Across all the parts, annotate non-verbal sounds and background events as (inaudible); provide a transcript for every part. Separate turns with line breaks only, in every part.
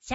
シ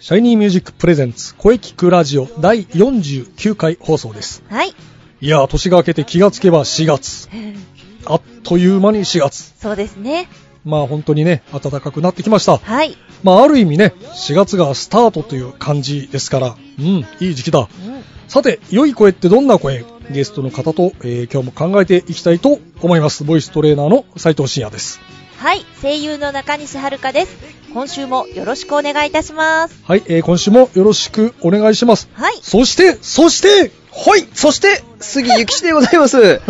シャイニーミュージックプレゼンツ声聞くラジオ第49回放送です。
はい。
いやー、年が明けて気がつけば4月。あっという間に4月。
そうですね。
まあ本当にね、暖かくなってきました。
はい。
まあある意味ね、4月がスタートという感じですから、うん、いい時期だ。さて、良い声ってどんな声ゲストの方と、えー今日も考えていきたいと思います。ボイストレーナーの斉藤慎也です。
はい。声優の中西遥です。今週もよろしくお願いいたします。
はい、えー今週もよろしくお願いします。
はい。
そして、そして、
はい、そして、杉ゆきちでござい (laughs) ます。ね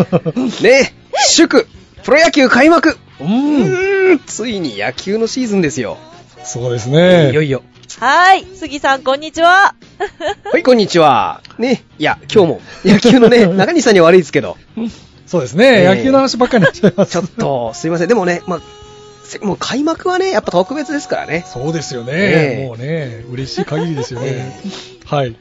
え、祝、プロ野球開幕。う
う、
んーん、ついに野球のシーズンですよ。
そうですね。
いよいよ。
はい。杉さん、こんにちは。
はい、こんにちは。ね、いや、今日も、野球のね、中西さんには悪いですけど、
そうですね、
えー
野球の話ばっかりになっちゃいます。
ちょっと、すいません。でもね、まあ、せもう開幕はね、やっぱ特別ですからね。
そうですよね、
ええ
もうね、嬉しい限りですよね。はい。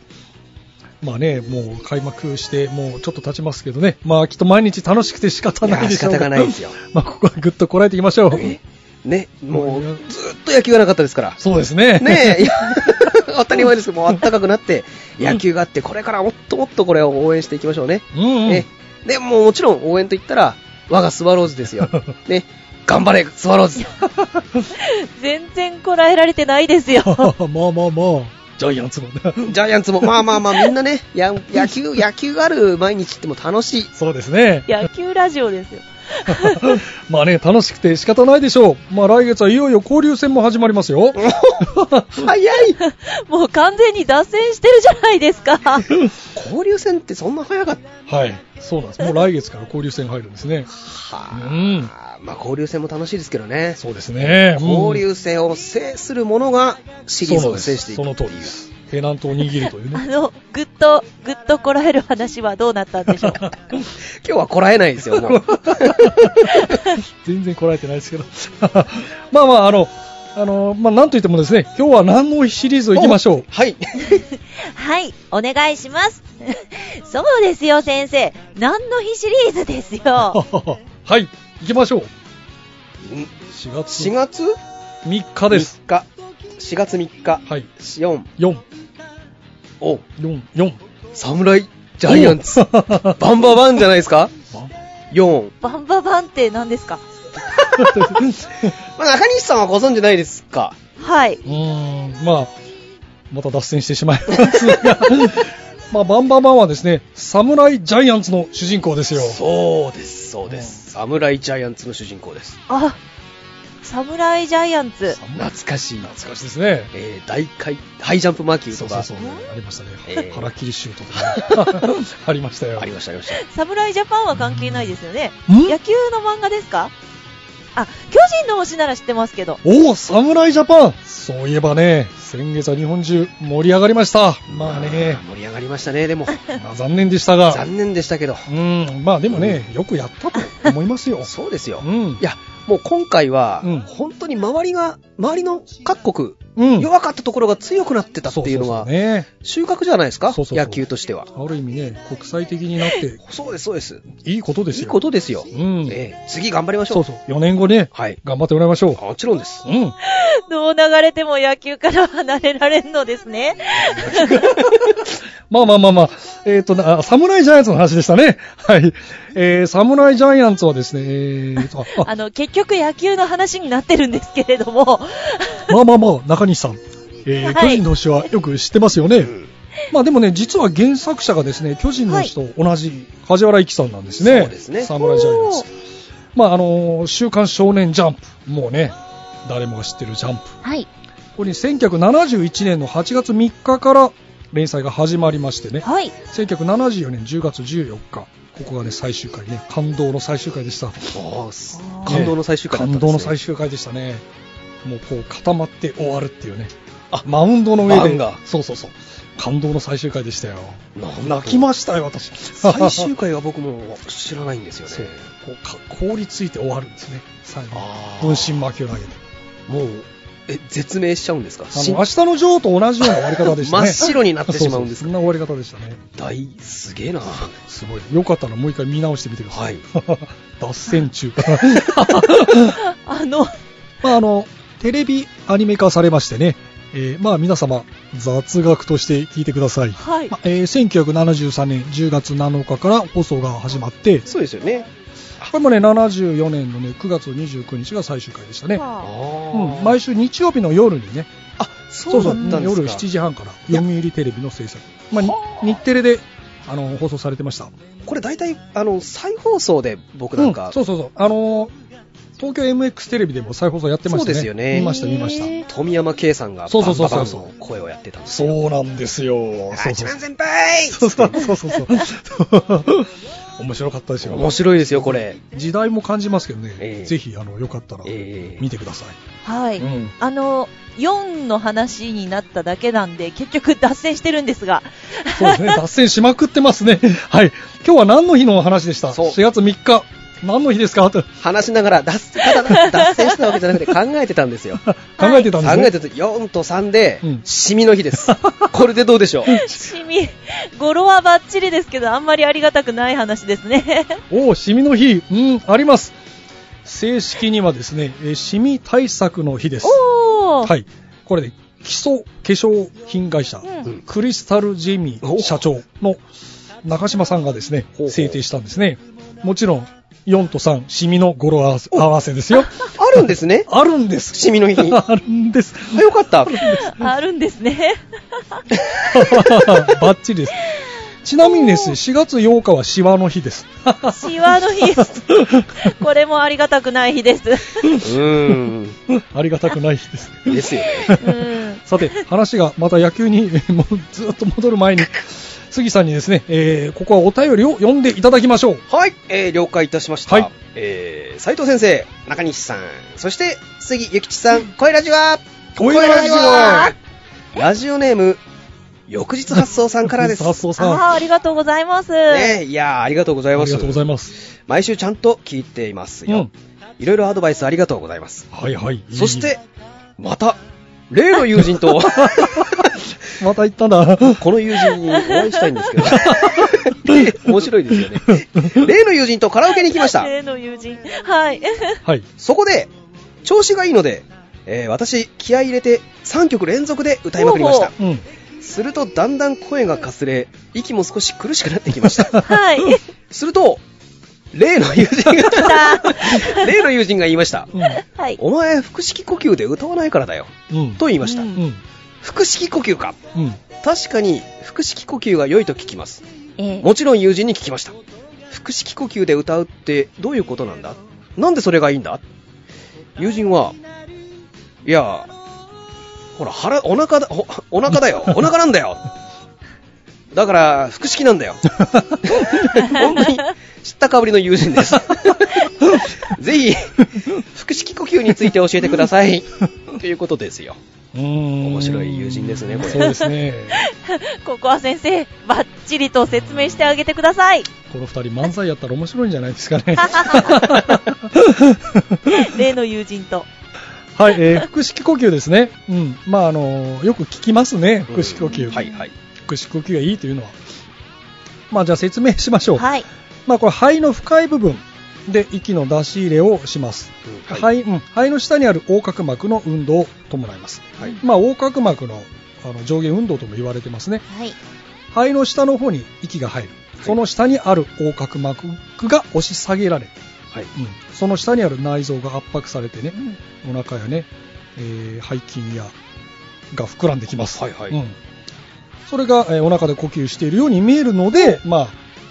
まあね、もう開幕して、もうちょっと経ちますけどね、まあきっと毎日楽しくて仕方ない
いや
でしょう
仕方がないですよ。
(laughs) まあここはぐっとこらえていきましょう。
ねね、もう、ずっと野球がなかったですから。
そうですね。
ねえ、いや (laughs) 当たり前ですけど、もう暖かくなって、野球があって、これからもっともっとこれを応援していきましょうね。
(laughs) うん、うん
ね、でもうもちろん応援といったら、我がスワローズです
(laughs)
よ。ね、頑張れ、スワローズ。
全然こらえられてないですよ。
まあまあまあ、ジャイアンツもね。 (laughs)
ジャイアンツも、まあまあまあ、みんなね、や野球、野球がある毎日っても楽しい。
そうですね。
(laughs) 野球ラジオですよ。 (laughs)
まあね、楽しくて仕方ないでしょう。まあ来月はいよいよ交流戦も始まりま
(laughs)
すよ。
早い
もう完全に脱線してるじゃないですか。
交流戦ってそんな早かった
はい。そうなんです。もう来月から交流戦入るんですね。う
は
ん。
あまあ、交流戦も楽しいですけどね。
そうですね。うん
交流戦を制する者がシリーズを制していく
そ
っ
の
て
通
いう
りです。ペナントを握るという
あ
ね。 (laughs)
の、ぐっと、ぐっとこらえる話はどうなったんでしょう。
今日はこらえないですよ、
(laughs)
もう。
全然こらえてないですけど。 (laughs) まあまあ、あの、あの、まあなんといってもですね、今日は何のシリーズをいきましょう。
(laughs) はい。
はい、お願いします。 (laughs) そうですよ、先生。何の日シリーズですよ。
(laughs) はい、行きましょう。4月
4月
3日です。
3日。4月3日。
はい。
4。
4、
お
4、4。
侍ジャイアンツ。
お
(laughs) バンババンじゃないですか
バン。
(laughs) ?4。
バンババンって何ですか
まあ、中西さんはご存知ないですか
はいう
ーん、まあ、また脱線してしまいます
(laughs)
が、まあ、バンバンバンはですね、侍ジャイアンツの主人公ですよ。
そうです、そうです。侍ジャイアンツの主人公です。
あ、サムライジャイアンツ。
懐かしい。
懐かしいですね。
えー、大回、ハイジャンプマーキュー
そ
と
うそう
か
そう、、ありましたね。
えー
腹切りシュートと
(laughs)
かね、ありましたよ
あ。りました、ありまし
サムライジャパンは関係ないですよね。
ん
野球の漫画ですかあ、巨人の星なら知ってますけど。 (laughs)
おお、侍ジャパンそういえばね、先月は日本中盛り上がりました。まあ
た。
ね
あー、盛り上がりましたね、でも。 (laughs)
まあ残念でしたが、
残念でしたけど。
うん、まあでもね、よくやったと思います
(laughs)
よ。
そうですよ
う。ん
い、や、もう今回は
うん、
本当に周りが、周りの各国、
うん、
弱かったところが強くなってたっていうの
そ
は
そそ、ね、
収穫じゃないですか
そうそうそう
野球としては。
ある意味ね、国際的になって
そうです、そうです。
いいことです
い
よ。
いことですよ。
うん、
ええ次頑張りまし
そ
ょう。
うそう、4年後ね、
はい。
頑張ってもらいましょう。
もちろんです。
うん、 (laughs)
どう流れても野球から離れられんのです
(laughs)
ね。
まあまあまあまあ、えっ、とな、あ侍ジャイアンツの話でしたね。はい。えー、侍ジャイアンツはですね、えーと、
(laughs)
あ
あの、結局野球の話になってるんですけれども。
まあまあまあ、中西さん。えー
はい
巨人の星はよく知ってますよね。まあでもね、実は原作者がですね、巨人の星と同じ梶原一騎さんなんですね。
そうですね
侍ジャイアンツ。まああのー週刊少年ジャンプ。もうね、誰もが知ってるジャンプ。
はい。
これに1971年の8月3日から連載が始まりましてね、
はい。
1974年10月14日、ここがね、最終回ね、感動の最終回でした。
おーす感動の最終回だったんで
感
す、ね、
動の最終回でしたね。もうこう固まって終わるっていうね。あ、マウンドの上
漫
で
画。
そうそうそう。感動の最終回でしたよ。
なんだ
泣きましたよ、私。
最終回は僕も知らないんですよ
(laughs) そう
ね。
こうか凍りついて終わるんですね、最後
あ。ー
分身巻きを投げて。
もう、え、絶命しちゃうんですか
あ
死ん
の明日のジョーと同じような終わり方でした
(laughs)
ね。
真っ白になってしまうんですか
(laughs) そうそうそんな終わり方でしたね。
大、すげえな。は
すごい。よかったらもう一回見直してみてください。
い。
(laughs) 脱線中
あの、
(laughs) まあ、あの、テレビアニメ化されましてね、えーまあ皆様、雑学として聞いてください。
はい
ま。あえー1973年10月7日から放送が始まって、
そうですよね。
これもね、74年のね、9月29日が最終回でしたね。
は
あ
うん、
ー
毎週日曜日の夜にね、
あ、そうだったんですか。
夜7時半から読売テレビの制作、まあに、日テレであの放送されてました。
これ大体、あの、再放送で僕なんか、
うんそうそうそう、あのー東京 MX テレビでも再放送やってました
そう
ね。
ですよね
見ました見まし
へ
富山圭さんが
そう
バ
そう
ン
そう
バ
そ
バ
う
ンの声をやってたん
た。
ですよ。
そうなんですよ。
あ
そう
一
そう
番先輩
そうそうそうそうそう。面白かったですよ
面。白いですよ、これ。
時代も感じますけどね、
ええ
ぜひあのよかったら
ええ
見てください。
はい。
うん
あの、4の話になっただけなんで、結局脱線してるんです
(laughs)
が。
そうですね、脱線しまくってますね。はい。今日は何の日のお話でした
そう
?4 月3日。何の日ですかと
話しながら脱、ただ脱線したわけじゃなくて考えてたんです
(laughs)
よ。
考えてた
考
んですね。
えてた4と3で
うん、
シミの日
(laughs)
です。これでどうでしょう
シミ、語呂はバッチリですけど、あんまりありがたくない話ですね。
おお、シミの日、うん、あります。正式にはですね、えーシミ対策の日です。
おー
はい。これね、基礎化粧品会社、
うん
うん
クリスタルジェミー社長の中島さんがですね、
ほうほう
制定したんですね。もちろん、4と3、シミの語呂合わせ合わせで
(laughs)
すよ。
あるんですね
あるんです。
シミの日に。あ
(laughs) あるんです。 (laughs)
よかった。
あるんですね。
バッチリです。ちなみにですね、4月8日はシワの
(laughs)
日です。
シワの日。これもありがたくない日です。
うーん。
ありがたくない日です。
ですよね。
うん。
さて、話がまた野球に (laughs) もうずっと戻る前に、杉さんにですね、えーここはお便りを読んでいただきましょう。
はい、えー了解いたしました。
はい
えー斉藤先生、中西さん、そして、杉ゆきちさん、声ラジは
声ラジは
ラジオネーム、翌日発送さんからです。
さっそうさん、あ
ああー、ありがとうございます。
ね、いやーありがとうござい
り
ま
が
す。
とうございます。
毎週ちゃんと聞いています
う
よ
ん。。
いろいろアドバイスありがとうございます。
はいはい。
そして、また、例の友人
(laughs)
と、
いい、また行った
(laughs)
んだ。
この友人にお会いしたいんですけ
(laughs)
ど、面白いですよね。例の友人とカラオケに行きました。
例の友人。
(laughs)
はい。
はい。
そこで、調子がいいので、えー私、気合い入れて3曲連続で歌いまくりました。
うん。
すると、だんだん声がかすれ、息も少し苦しくなってきました。
はい。
すると、例の友
(laughs)
人
た
が、 (laughs) 例の友人が言いました。
はい。
お前、腹式呼吸で歌わないからだよ。
うん。うん。
と言いました。
うん
うん。
腹式呼吸か。
うん。
確かに、腹式呼吸が良いと聞きます。
えー
もちろん友人に聞きました。腹式呼吸で歌うってどういうことなんだなんでそれがいいんだ友人は、いや、ほら、腹、お腹だ、おお腹
(laughs)
だよ。お腹なんだよ。だから、腹式
(laughs)
なんだよ。本当に知ったかぶりの友人
(laughs)
です。ぜひ、腹式呼吸について教えてください。ということですよ。
うーん
面白い友人ですねこれ
そうですね。
ここは先生、バッチリと説明してあげてくださ
(laughs)
い。
この二人漫才やったら面白いんじゃないですかね。
例の友人と。
はい、えー腹式呼吸ですね。うん。まあ、あのよく聞きますね。腹式呼吸。
はいはい。
腹式呼吸がいいというのは。まあ、じゃあ説明しましょう。
はい。
まあ、これ肺の深い部分で息の出し入れをします、
うん
肺うん、肺の下にある横隔膜の運動を伴います、
はい
まあ、横隔膜のあの上下運動とも言われてますね
はい。
肺の下の方に息が入る、
い
その下にある横隔膜が押し下げられ、
はい。
うん、その下にある内臓が圧迫されてね
う、ん
お腹やね、えー背筋やが膨らんできます、
はいはい
うん、それが、えーお腹で呼吸しているように見えるので、まあ、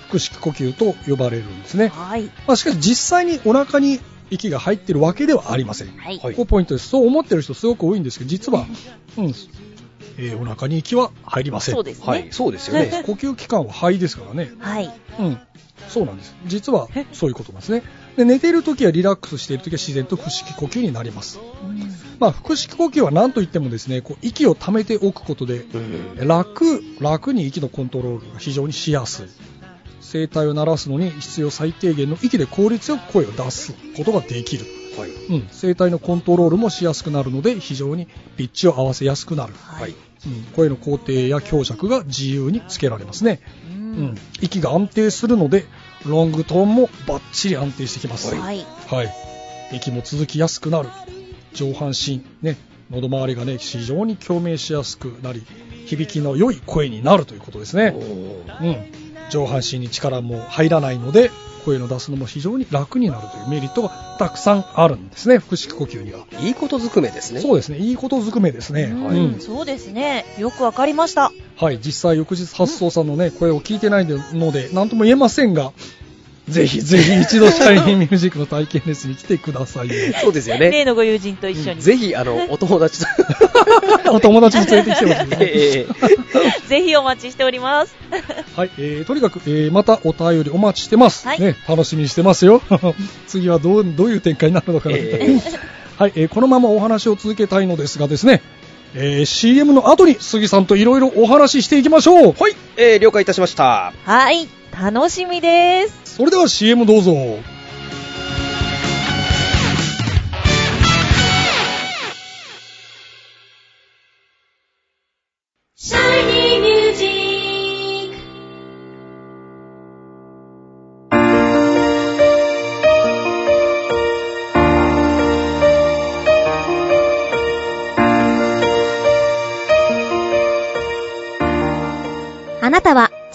腹式呼吸と呼ばれるんですね、
はい。
まあ、しかし実際にお腹に息が入っているわけではありません、
はい。
ここポイントですそう思ってる人すごく多いんですけど実は、うん、えーお腹に息は入りません
そうですね。
はい、そうですよね。
呼吸器官は肺ですからね
はい。
うんそうなんです実はそういうことなんですねで寝ている時やリラックスしている時は自然と腹式呼吸になりますまあ腹式呼吸は何といってもですねこう息を溜めておくことで
うん
楽楽に息のコントロールが非常にしやすい声帯を鳴らすのに必要最低限の息で効率よく声を出すことができる、
はい。
うん、声帯のコントロールもしやすくなるので非常にピッチを合わせやすくなる、
はい。
うん、声の工程や強弱が自由につけられますね、
う
うん
ん。
息が安定するのでロングトーンもバッチリ安定してきます、
はい。
はい、息も続きやすくなる上半身ね喉周りがね非常に共鳴しやすくなり響きの良い声になるということですね、うん、上半身に力も入らないので声の出すのも非常に楽になるというメリットがたくさんあるんですね腹式呼吸には、
(laughs) いいことずくめですね。
そうですねいいことずくめですね、
うん
うん
そうですね。よくわかりました。
はい、実際翌日発送さんのね、声を聞いてないので、なんとも言えませんが、ぜひぜひ一度シャイニーミュージックの体験レッスンに来てください。
(laughs)
そうですよね。
例のご友人と一緒に。
ぜひ、あの、お友達と。
お友達に連れてきてますね。
ええ
ぜひお待ちしております。 (laughs)
はい、えーとにかく、えーまたお便りお待ちしてます。
はい
ね、楽しみにしてま
(laughs)
すよ。次はどう、どういう展開になるのかなみたいな。
え
はい、えーこのままお話を続けたいのですがですね、えー CM の後に杉さんといろいろお話ししていきま
(laughs)
しょう。はい。
えー了解いたしました。
はい。楽しみです。
それでは CM どうぞ。
あなたは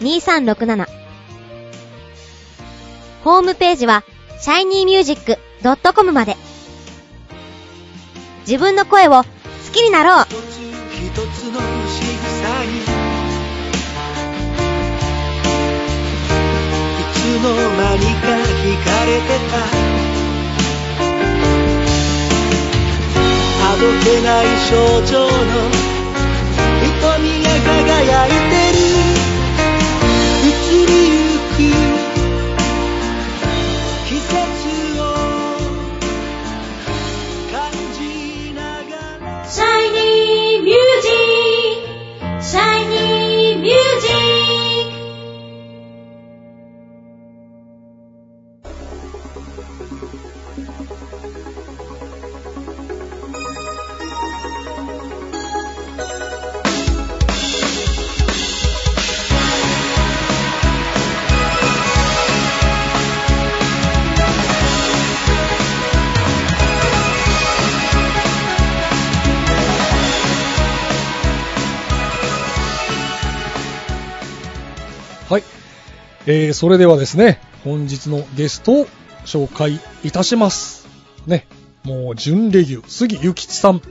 3208-2367ホームページは shinymusic.com まで自分の声を好きになろう
あどけない症状の瞳が輝いてる移りゆく季節を感じながら
Shiny Music! Shiny Music!
はい、えー、それではですね本日のゲストを紹介いたしますねもう準レギュ杉ゆきちさん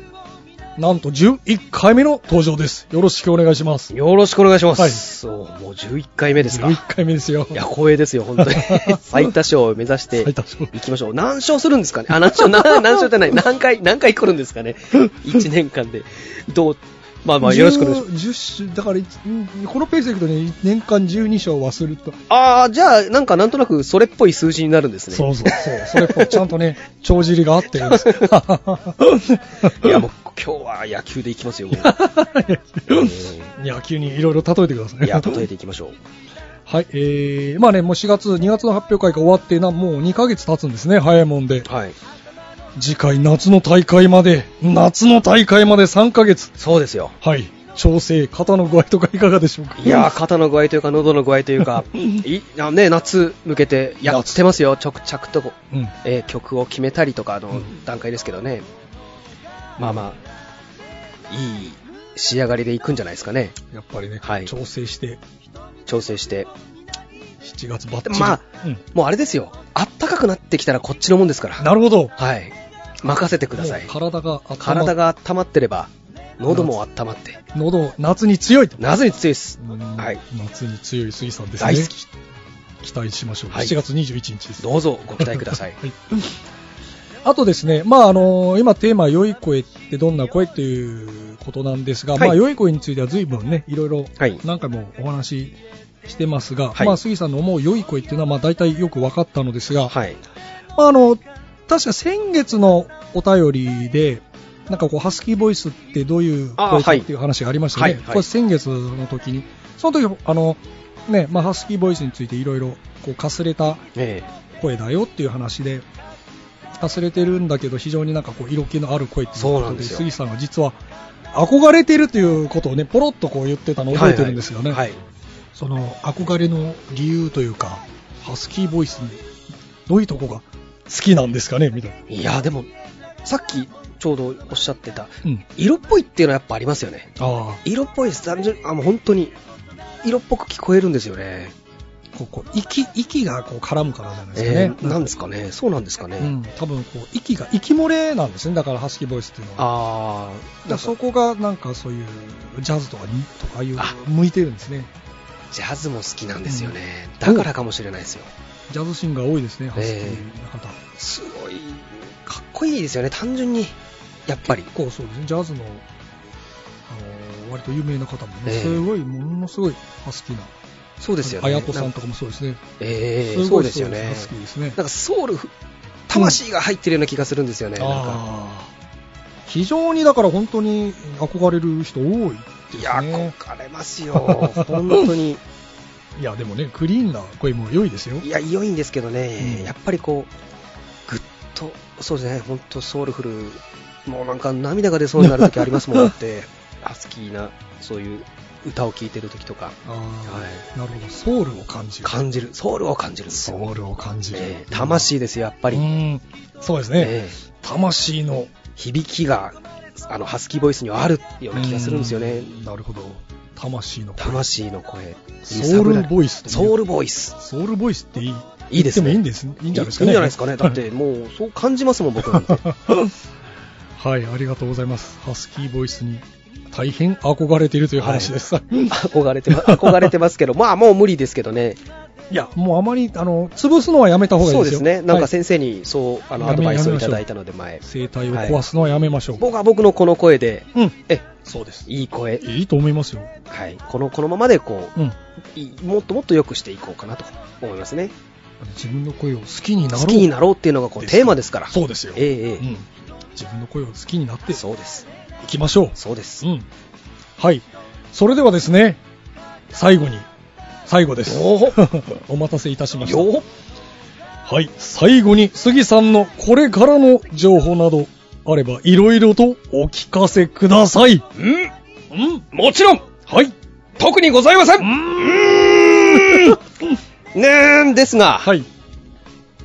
なんと11回目の登場ですよろしくお願いします
よろしくお願いします。
はい
そう、もう11回目ですか。
11回目ですよ
いや、光栄ですよ、本当
(laughs)
に。最多勝を目指して
最多勝
いきましょう。何勝するんですかねあ、何勝、な何勝じゃない。何回、何回来るんですかね ?1 年間で。どう、まあまあ、よろしくお願いします。
10 10だからうんこのペースでいくとね年間12勝はすると
ああ、じゃあ、なんかなんとなくそれっぽい数字になるんですね。
そうそうそうそれっぽいちゃんと
(laughs)
ね帳尻が合ってるんです (laughs)
いや、もう今日は野球でいきますよ、もうう
野球にいろいろ例えてくださ
ん (laughs)
い
いや、例えていきましょう。
はい、えー、まあね、もう4月、2月の発表会が終わってな、もう2ヶ月経つんですね、早いもんで。
はい。
次回、夏の大会まで、夏の大会まで3ヶ月。
そうですよ。
はい、調整、肩の具合とかいかがでしょうか。
いやー、肩の具合というか、喉の具合というか、いあね、夏向けてやってますよ、着々と、
うん。
えー曲を決めたりとかの
うん
段階ですけどね。まあまあ、いい仕上がりでいくんじゃないですかね。
やっぱりね、
はい
調整して、
調整して。
7月バッチリ。
まあ
う
もうあれですよ。あったかくなってきたらこっちのもんですから。
ん、なるほど。
はい。任せてください
もう。体が温ま、
体が温まってれば、喉も温まって。
喉、夏に強いと。
なぜに強いです。
うん
はい
夏に強い水産ですね。
大好き。
期待しましょう。
はい
7月21日です。
どうぞご期待ください
(laughs) 。はいあとですね、まああの今テーマ、良い声ってどんな声っていうことなんですが、
はい
まあ良い声については随分ね、いろいろ
はい
何回もお話ししてますが、
はい
まあ杉さんの思う良い声っていうのはまあ大体よく分かったのですが、
はい。
まああの、確か先月のお便りで、なんかこう、ハスキーボイスってどういう
あ
声か
はい
っていう話がありましたね。
はいはい
これ先月の時に、その時、あの、ね、まあ、ハスキーボイスについていろいろ、こう、かすれた
え
声だよっていう話で、かすれてるんだけど、非常になんかこう、色気のある声っていう
そう
こ
な
と
んで
で、
すよ
杉さんは実は、憧れてるということをね、ポロッとこう言ってたの
え
を覚えてるんですよね。
はいはい。
その、憧れの理由というか、ハスキーボイスに、どういうとこが好きなんですかね、みたいな。
はいいや、でも、さっきちょうどおっしゃってた、
うん。
色っぽいっていうのはやっぱありますよね。
ああ、
色っぽいです。単純にあ、もう本当に、色っぽく聞こえるんですよね。
こう、こう息、息がこう絡むからじゃないですか
え
ね。
えなんですかね。そうなんですかね。
うん、多分こう、息が、息漏れなんですね。だから、ハスキーボイスっていうのは。だか
ああ、
らそこが、なんかそういう、ジャズとかに、とかいう
あ、
向いてるんですね。
ジャズも好きなんですよね。だからかもしれないですよ。
ジャズシンガー多いですね、ハスキーの方。
すごい、かっこいいですよね。単純に、やっぱり。
結構そうですね、ジャズの、あの割と有名な方もね、
ええ
すごい、ものすごいハスキーな。
そうですよね。
あやとさんと
か。
かもそうですね。
ええ
す
そ
ご
う
い
ですよね
ハ。スキーですね。
なんかソウル、魂が入ってるような気がするんですよね。なんか
あー非常にだから本当に憧れる人多いですね。
いや、憧れますよ。本当に。
いやでもねクリーンな声も良いですよ
いや、良いんですけどね、
うん
やっぱりこう、ぐっと、そうですね、本当ソウルフル、もうなんか涙が出そうになる時ありますもんだって、ハスキーな、そういう歌を聴いてる時とか、
あー、
は
なるほどソウルを感じる
感じる、ソウルを感じるんですよ。
ソウルを感じる、
ええ魂ですよ、やっぱり。
うんそうですね、
ええ
魂の
響きが、あの、ハスキーボイスにはあるような気がするんですよね
う。んなるほど魂の声
魂の声。
ソウルボイスという
ソウルボイス。
ソウルボイスっていい
いいですね
言ってもいいんですねいいんじゃないですか
いい
ね
んじゃないですかね。だ
(laughs)
ってもう、そう感じますもん、僕なんて。
はいありがとうございますハスキーボイスに大変憧れているという話です、い
憧れて
(laughs)
ま、憧れてますけど、まあもう無理ですけどね。
やもうあまりあの潰すのはやめた方がい
そ
いうで
です
よ
すね。なん
は
か
い
先生にそう、あの、ア
やめ
ドバイス
やめ
を
ま
い
しょう
ただいたので前。
声帯を壊すのはやめましょう、
僕は僕のこの声で、
うん
え、
そうです
いい声。
いいと思いますよ
はい。この、このままでこ
うん
う、いいもっともっと良くしていこうかなと思いますね。
自分の声を好きになろう
好きになろうっていうのがこう、テーマですから。
そうですよ、
えええ
うん、自分の声を好きになって
え。
い
そうです。
きましょう
そうです
う。んはいそれではですね最後に最後です
お
(laughs) お待たせいたしました
よっ
はい最後に杉さんのこれからの情報などあればいろいろとお聞かせください
うん
うん
もちろん
はい
特にございませんうーんねーんですが、
はい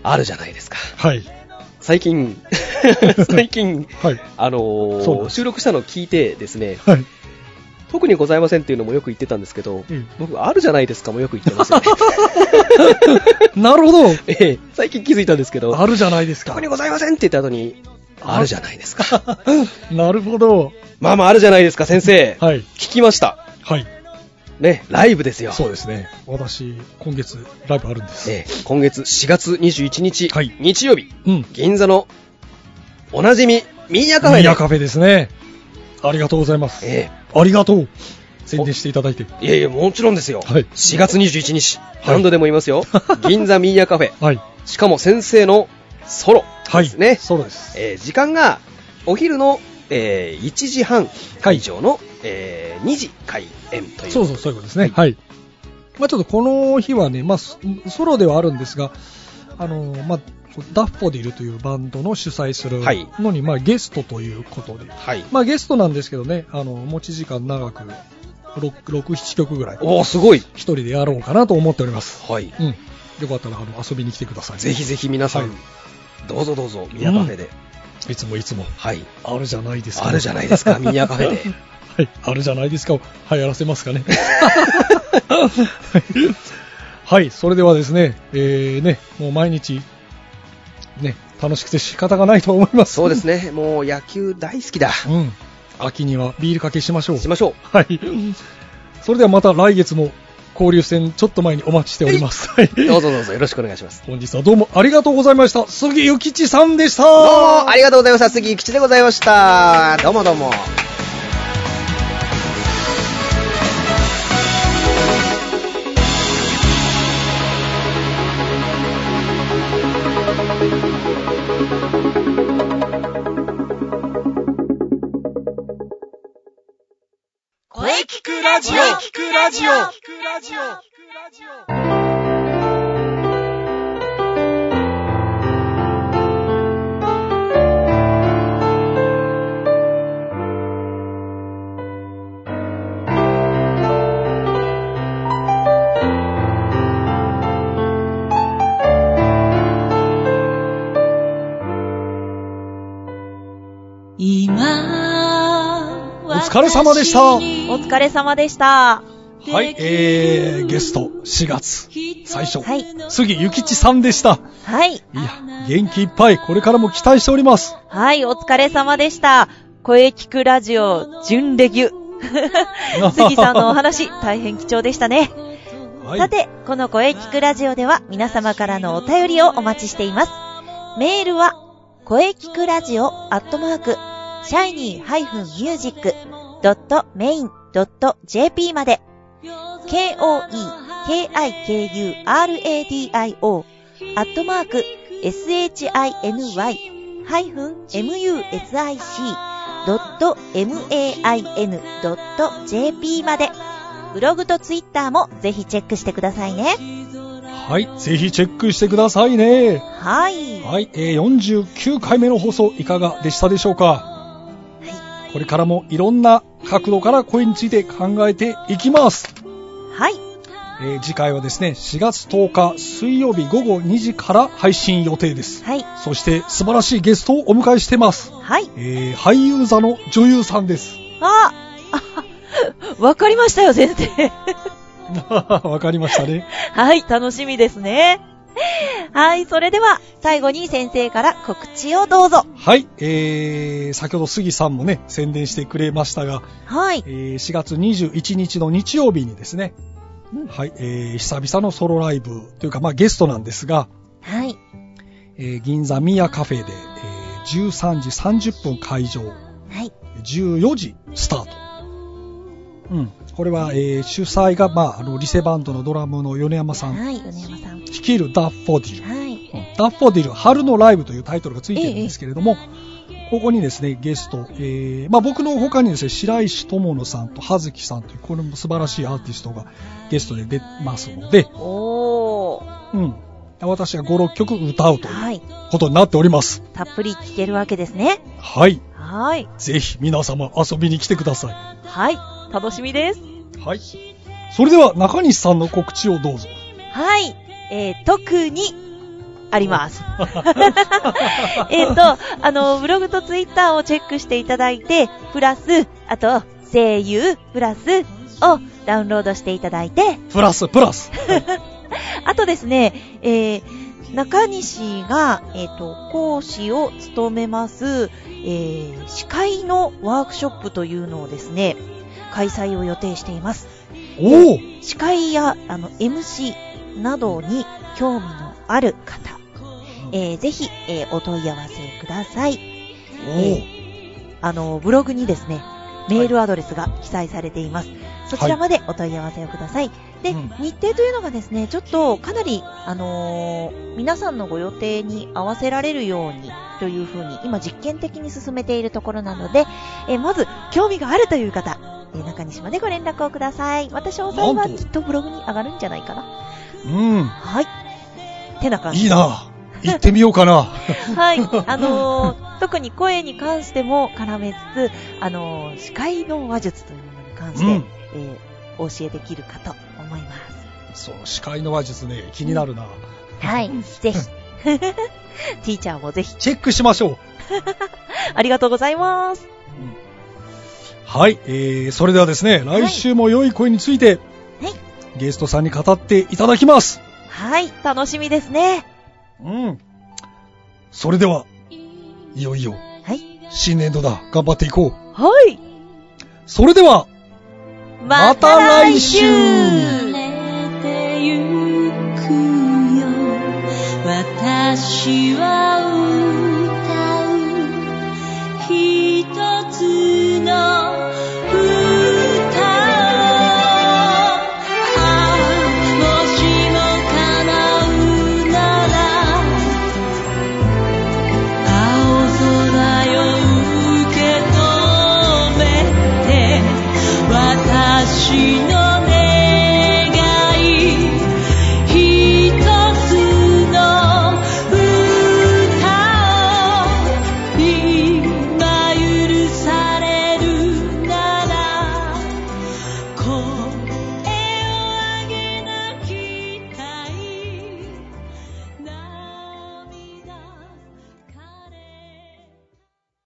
あるじゃないですか。
はい
最近、 (laughs) 最近、
はい
あのー
そうなんです
収録したのを聞いてですね、
はい (laughs)
特にございませんっていうのもよく言ってたんですけど、
うん
僕、あるじゃないですかもよく言って
(laughs)
ますよね。
なるほど
ええ最近気づいたんですけど、
あるじゃないですか
特にございませんって言った後に、あるじゃないですか。
なるほど
(laughs) まあまああるじゃないですか、先生。
はい
聞きました。
はい
ね、ライブですよ。
そうですね私今月ライブあるんです、
ええ今月4月21日、
はい
日曜日、
うん
銀座のおなじみ、ミーヤカフェ
ミ
で
ヤカフェですね。ありがとうございます。
え
ありがとう。宣伝していただいて。
えいやいや、もちろんですよ。
はい
4月21日、
い
何度でも言います
(laughs)
よ。銀座ミーヤカフェ。
はい。
しかも先生のソロ
は
で
い。
すね。
そうです。
えー時間がお昼の、えー1時半会場の、えー2時開演という。
そうそう、そういうことですね。はい。まあちょっとこの日はね、まあソソロではあるんですが、あの、まあダッフォディルというバンドの主催する
はい
のに、まあゲストということで。
はい。
まあゲストなんですけどね、あの、持ち時間長く、6、6 7曲ぐらい、
おおすごい。
一人でやろうかなと思っております。
はい。
うん。よかったら、あの、遊びに来てください。
ぜひぜひ皆さん、
は
どうぞどうぞ、ミーヤカフェで。
いつもいつも。
はい。
あるじゃないですか。
あ
(laughs)
るじゃないですか、ミーヤカフェで。
ははい、あるじゃないですかを流行らせますかね。 (laughs) はいはい、それではですね、えー、ね、もう毎日、ね、楽しくて仕方がないと思います。
そうですね。もう野球大好きだ。
うん。秋にはビールかけしましょう。
しましょう。
はい。それではまた来月も交流戦ちょっと前にお待ちしており
(laughs)
ます。はい。
どうぞどうぞよろしくお願いします。
本日はどうもありがとうございました。杉ゆきちさんでした。
どうもありがとうございました。杉吉でございました。どうもどうも。
声聞くラジオ聞くラジオ今
お疲れ様でした
お疲れ様でした。
はい、えー、ゲスト4月最初、
はい
杉ゆきちさんでした。
はい。
いや、元気いっぱい、これからも期待しております。
はい、お疲れ様でした。声聞くラジオ、準レギュ。杉さんのお話、大変貴重でしたね。
はい、
さて、この声聞くラジオでは皆様からのお便りをお待ちしています。メールは、声聞くラジオアットマーク、shiny-music.main.jp まで、k-o-e-k-i-k-u-r-a-d-i-o アットマーク、shiny-music.main.jp まで、ブログとツイッターもぜひチェックしてくださいね。
はい、ぜひチェックしてくださいね。
はい。
はい、えー、49回目の放送いかがでしたでしょうかこれからもいろんな角度から声について考えていきます。
はい。
えー次回はですね、4月10日水曜日午後2時から配信予定です。
はい。
そして素晴らしいゲストをお迎えしてます。
はい。
えー俳優座の女優さんです。 (laughs)
ああ、わかりましたよ、先生。
わかりましたね。
(laughs) はい、楽しみですね。はい、それでは、最後に先生から告知をどうぞ。
はい、えー、先ほど杉さんもね、宣伝してくれましたが、
はい
え。ー4月21日の日曜日にですね、はい、えー久々のソロライブというか、まあゲストなんですが、
はい。
えー銀座ミヤカフェで、えー13時30分会場、
はい。
14時スタート。うん、これは、えー主催が、まあ、あの、リセバンドのドラムの米山さん、
はい、米山さん。
率いるダッフォディル。
はい。
ダッフォディル春のライブというタイトルがついてるんですけれども、ここにですね、ゲスト、えーまあ、僕の他にですね、白石智乃さんと葉月さんという、これも素晴らしいアーティストがゲストで出ますので、
おー。
うん。私が5、6曲歌うという
はい。
ことになっております。
たっぷり聞けるわけですね。
はい。
はい。
ぜひ皆様遊びに来てくださ
はい。楽しみです。
い。はい。それでは中西さんの告知をどうぞ。
はい。えー、特に、あります。えっと、あの、ブログとツイッターをチェックしていただいて、プラス、あと、声優、プラスをダウンロードしていただいて、
プラス、プラス。
あとですね、えー、中西が、えっ、と、講師を務めます、えー、司会のワークショップというのをですね、開催を予定しています。
おお
司会やあの MC などに興味のある方、えーぜひ、えーお問い合わせください。
おお
あの、ブログにですね、メールアドレスが記載されています。そちらまでお問い合わせをください。で、
うん
日程というのがですね、ちょっとかなり、あのー皆さんのご予定に合わせられるようにというふうに、今実験的に進めているところなので、えーまず、興味があるという方、えー中西までご連絡をください。私、詳細
な
は
んと
きっとブログに上がるんじゃないかな。
うん。
はい。てな感じ。
いいな行ってみようかな。
はい。あのー特に声に関しても絡めつつ、あのー視界の話術というものに関して、
うん
えーお教えできるかと思います。
そう、司会の話術ね、気になるな。
はい。ぜひ。ティーチャーもぜひ。
チェックしましょう。
ありがとうございます。
はい、えー、それではですね、
い
来週も良い声について、
はい
ゲストさんに語っていただきます。
はい、楽しみですね。
うん。それでは、いよいよ、
はい。
新年度だ。頑張っていこう。
はい。
それでは、
また来週 (laughs)
「れてゆくよ私は」